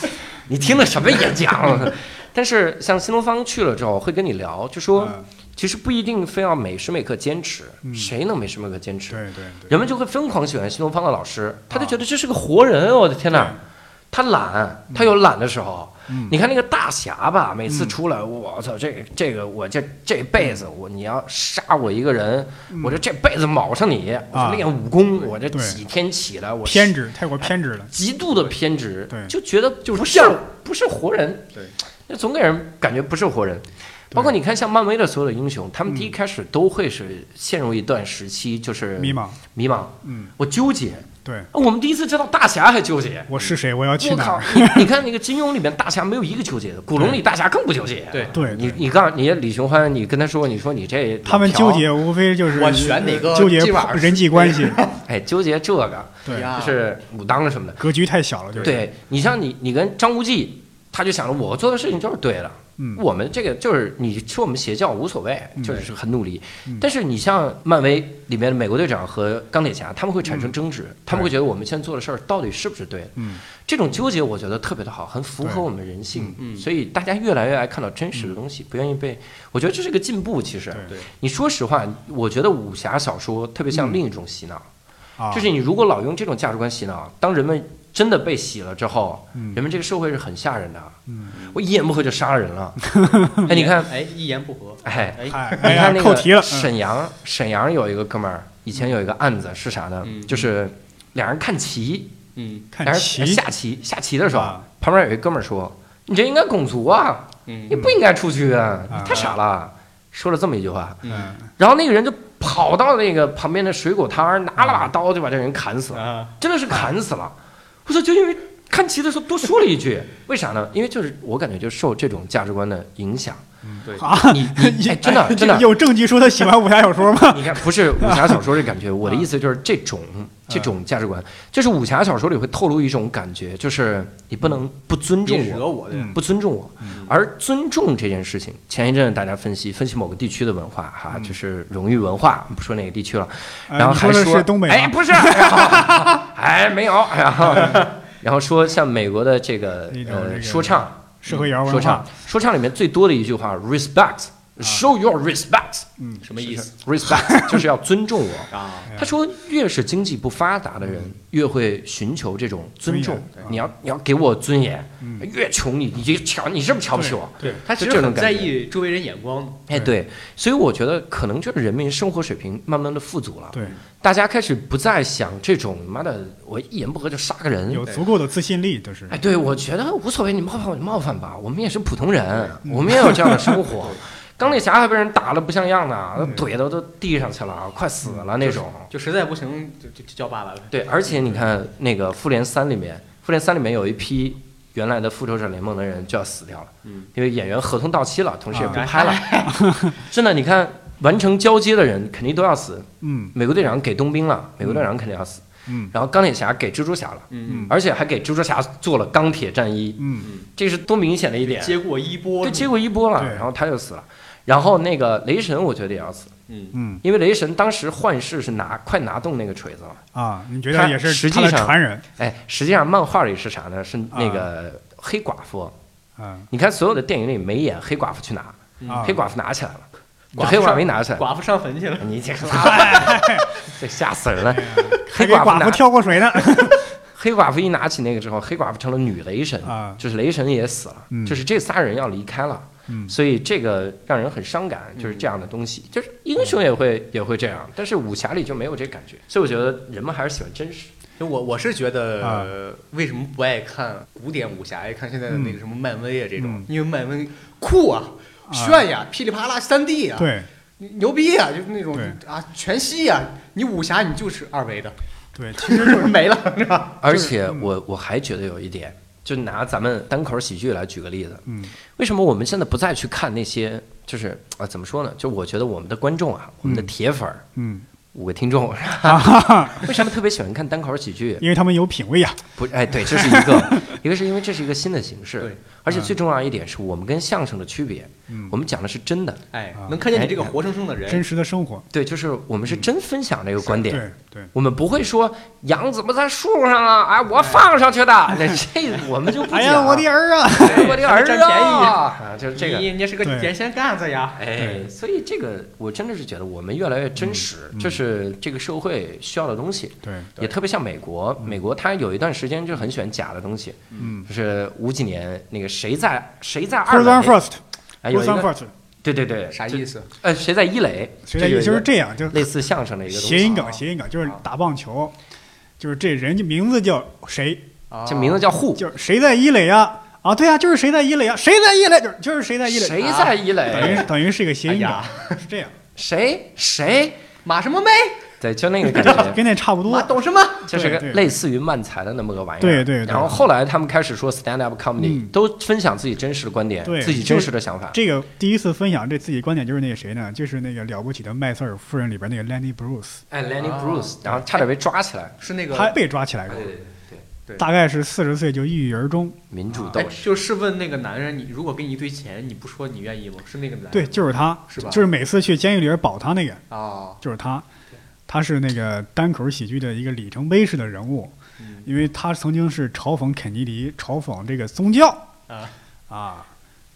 你听的什么演讲？但是像新东方去了之后，会跟你聊，就说
嗯
其实不一定非要每时每刻坚持，谁能每时每刻坚持？
对对对
人们就会疯狂喜欢新东方的老师，他就觉得这是个活人，我的天哪！他懒，他有懒的时候。
嗯
你看那个大侠吧，每次出来，我操，这个这个，我这这辈
嗯
子我你要杀我一个人，我就这辈子卯上你，我
啊
就练武功，我这
对
几天起来，我
偏执太过偏执了，
极度的偏执
对，
就觉得就不是不是活人，
对，
那总给人感觉不是活人。包括你看，像漫威的所有的英雄，他们
嗯
第一开始都会是陷入一段时期，就是
迷茫，
迷茫，
嗯，
我纠结。
对，
我们第一次知道大侠还纠结，
我是谁，我要去
我
哪
靠
儿？！
你你看那个金庸里面大侠没有一个纠结的，古龙里大侠更不纠结。
对
对，
你
对
你告诉你李寻欢，你跟他说，你说你这
他们
老朴
纠，结无非就是
我选哪个
纠结
今晚儿
人际关系，
哎，纠结这个
对，
呀
就是武当什么的。
格局太小了，就是，
对你像你你跟张无忌，他就想着我做的事情就是对的，
嗯，
我们这个就是你说我们邪教无所谓，
嗯
就是很努力
嗯。
但是你像漫威里面的美国队长和钢铁侠，他们会产生争执，他们会觉得我们现在做的事儿到底是不是对的？
嗯，
这种纠结我觉得特别的好，很符合
对
我们人性。
嗯
所以大家越来越爱看到真实的东西，不愿意被。我觉得这是个进步。其实，
嗯对
你说实话，我觉得武侠小说特别像
嗯
另一种洗脑，
啊，
就是你如果老用这种价值观洗脑，当人们真的被洗了之后，
嗯
人们这个社会是很吓人的。
嗯，
我一言不合就杀人 了。哎，你看，
哎，一言不合，
哎，
哎，
哎哎
你
呀
看，那
扣题了
个，沈阳，沈阳有一个哥们儿，以前有一个案子是啥呢
嗯？
就是两人看棋，
嗯
嗯
俩
看
人呃
棋，
下棋，下棋的时候
啊，
旁边有一哥们儿说：“你这应该拱卒啊，
嗯
你不应该出去啊，
嗯
你太傻了。”说了这么一句话，
哎
嗯
然后那个人就跑到那个旁边的水果摊儿，拿
嗯
了把刀就把这人砍死了，
啊，
真的是砍死了。我说，就因为看棋的时候多说了一句，为啥呢？因为就是我感觉就受这种价值观的影响。
对
啊，
你你哎真的
哎
真的
有证据说他喜欢武侠小说吗？
你看，不是武侠小说这
啊
感觉，我的意思就是这种这种价值观，就是武侠小说里会透露一种感觉，就是你不能不尊重
别惹
我，
我，对
嗯
不尊重我
嗯。
而尊重这件事情，前一阵大家分析分析某个地区的文化哈，
嗯
就是荣誉文化，不说哪个地区了，
呃
然后
你
还
说的是东北吗啊
哎，不是，哎，没有，然后然后说像美国的这个
那种这
呃
个
说唱，
社会摇
说
文
唱
化，，啊
说唱里面最多的一句话，respect，show your respect。
嗯，
什么意思
respect 就是要尊重我。
啊？
哎呀嗯
他说，越是经济不发达的人，越会寻求这种尊重
尊严对。
你要你要给我尊严，
嗯
越穷你你就瞧你是不是瞧不起我？
对他其
就
实
这种
很
感
在
觉
意周围人眼光，
哎，对，所以我觉得可能就是人民生活水平慢慢的富足了，
对，
大家开始不再想这种妈的我一言不合就杀个人。
有足够的自信力，就是
嗯哎，，对，我觉得无所谓，你冒犯我就冒犯吧，我们也是普通人，我们也有这样的生活。钢铁侠还被人打的不像样呢，怼的都地上去了，快死了那种。
就实在不行就就就叫爸爸呗。
对，而且你看那个《复联三》里面，《复联三》里面有一批原来的复仇者联盟的人就要死掉了，
嗯，
因为演员合同到期了，同时也不
啊
拍了。真的，你看完成交接的人肯定都要死，
嗯
美国队长给冬兵了，美国队长肯定要死，
嗯
然后钢铁侠给蜘蛛侠了，
嗯
而且还给蜘蛛侠做了钢铁战衣，
嗯
这是多明显的一点，
接过衣钵，
对，接过一波了，
对
然后他就死了。然后那个雷神，我觉得也要死，
嗯，
嗯
因为雷神当时幻视是拿快拿动那个锤子了。
啊，你觉得
他
也是
实
他
际
的
上
传人，
哎，实际上漫画里是啥呢？是那个黑寡妇。
嗯
你看所有的电影里没演黑寡妇去拿，
啊，
嗯黑寡妇拿起来了，这
寡妇
黑寡妇没拿起来。
寡妇上坟去了，
你这个拉倒，这吓死人了！
还
黑
给
妇
寡妇
拿，
跳过水呢，
黑寡妇一拿起那个之后，黑寡妇成了女雷神
啊，
就是雷神也死了
嗯，
就是这仨人要离开了，
嗯
所以这个让人很伤感，就是这样的东西，就是英雄也会也会这样，但是武侠里就没有这感觉，所以我觉得人们还是喜欢真实。
就我我是觉得、
啊
呃为什么不爱看古典武侠，爱看现在的那个什么漫威啊这种，
嗯
因为漫威酷啊、
啊
炫呀、噼里啪啦三 D 啊，
对
牛逼啊，就是那种
对
啊全息呀、你武侠你就是二维的，
对，
其实就是没了，是吧？
而且
嗯
我我还觉得有一点，就拿咱们单口喜剧来举个例子，
嗯
为什么我们现在不再去看那些，就是啊、怎么说呢？就我觉得我们的观众啊，我们的铁粉儿、
嗯，
五个 听众，为什么特别喜欢看单口喜剧？
因为他们有品啊位呀，
不，哎，对，这是一个，一个是因为这是一个新的形式
对，
而且最重要一点是我们跟相声的区别，
嗯
我，们讲的是真的，
哎
啊，
能看见你这个活生生的
真
人，
实的生活，
对，就是我们是真分享这个观点。
对对，
我们不会说羊怎么在树上了，哎，我放上去的，那这我们就不讲。
哎呀，我的儿啊，
我的儿子
占便宜
啊，就是这个。
你你是个
对
点线杆子呀，
哎，所以这个我真的是觉得我们越来越真实，这是这个社会需要的东西，
对，
也特别像美国。美国它有一段时间就很喜欢假的东西，
嗯
就是五几年那个谁在谁在
c
二
o s on
垒，
first，c
哎，
o
有一
s on
个
first，
对对对，
啥
就
意思？
呃，谁在一垒，
谁的
有
意
一
思就是
个
这样，就
类似相声的一个东
谐音
西，啊
梗，谐音梗就是打棒球，就是这人家名字叫谁，
啊
这名字叫户，
就是谁在一垒啊？啊，对啊，就是谁在一垒啊，谁在一垒，就是就是谁在一垒，啊
谁在一
等于
垒？
等于是一个谐音
哎
梗，
呀
是这样，
谁谁？
马什么妹，
对，就那个感觉。
跟那差不多
马。懂什么？
就是个
对对
类似于漫才的那么个玩意儿。
对对对
然后后来他们开始说 stand up comedy，、
嗯
都分享自己真实的观点，
对
自己真实的想法。
这个第一次分享这自己观点就是那个谁呢？就是那个了不起的麦瑟尔夫人里边那个 Lenny Bruce，
哎，Lenny
哦
啊
Bruce，、然后差点被抓起来。
是那个
他被抓哎起来过
对，对对，
大概是四十岁就抑郁而终。
民主斗
哎，
士。
就是问那个男人，你如果给你一堆钱，你不说你愿意吗？是那个男人
对，就是他，
是吧
就是每次去监狱里边保他那个，
啊，
就是他。他是那个单口喜剧的一个里程碑式的人物，
嗯
因为他曾经是嘲讽肯尼迪、嘲讽这个宗教
啊
啊，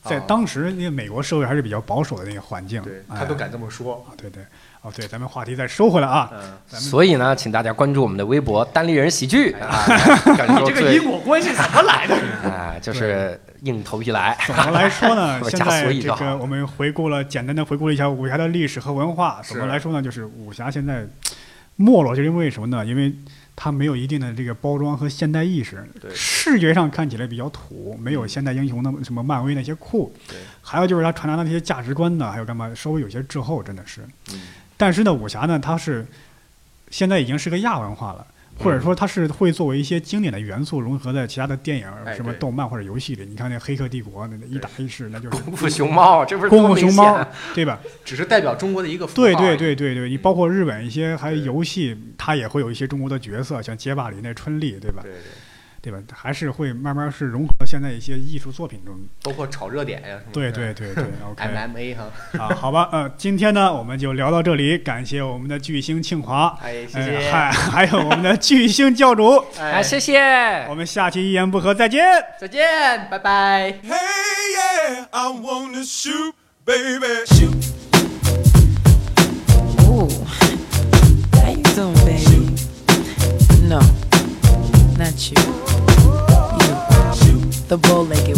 在
哦
当时那个美国社会还是比较保守的那个环境，
对
哎
他都敢这么说，
啊，对对，哦对，咱们话题再收回来啊，
嗯，
咱们
所以呢，请大家关注我们的微博“单立人喜剧”啊，感受
这个
最
因果关系怎么来的？
啊，就是硬头皮来。
总的来 说呢，
不是
现
加所
在
以
这
就好
个我们回顾了，简单的回顾了一下武侠的历史和文化。总的
是
来说呢，就是武侠现在没落，就是因为什么呢？因为它没有一定的这个包装和现代意识，
对嗯
视觉上看起来比较土，没有现代英雄那么什么漫威那些酷
对。
还有就是它传达的那些价值观呢，还有干嘛，稍微有些滞后，真的是。
嗯
但是呢，武侠呢，它是现在已经是个亚文化了。
嗯
或者说，它是会作为一些经典的元素融合在其他的电影、
哎
什么
对
动漫或者游戏里。你看那《黑客帝国》，那那一打一式，那就是
功夫熊猫，这不是
功
多
夫
明
熊猫
显，
对吧？
只是代表中国的一个符号而
对
已，
对对对对，你包括日本一些还有
对
游戏，它也会有一些中国的角色，像街霸里那春丽，对吧？
对对，
对吧？还是会慢慢是融合到现在一些艺术作品中。
包括炒热点呀，什么
对
的
对对对
嗯哎
，OK
，MMA 哈，
啊，好吧，呃，今天呢我们就聊到这里，感谢我们的巨星庆华，
哎，谢
哎，
谢，
还 还有我们的巨星教主，
哎，
哎，
谢谢
我。们下期一言不合再见。
再见，拜拜。
Hey, yeah, I wanna shoot, baby, shoot.
Ooh. How you doing, baby? No, not you. You. The bow legged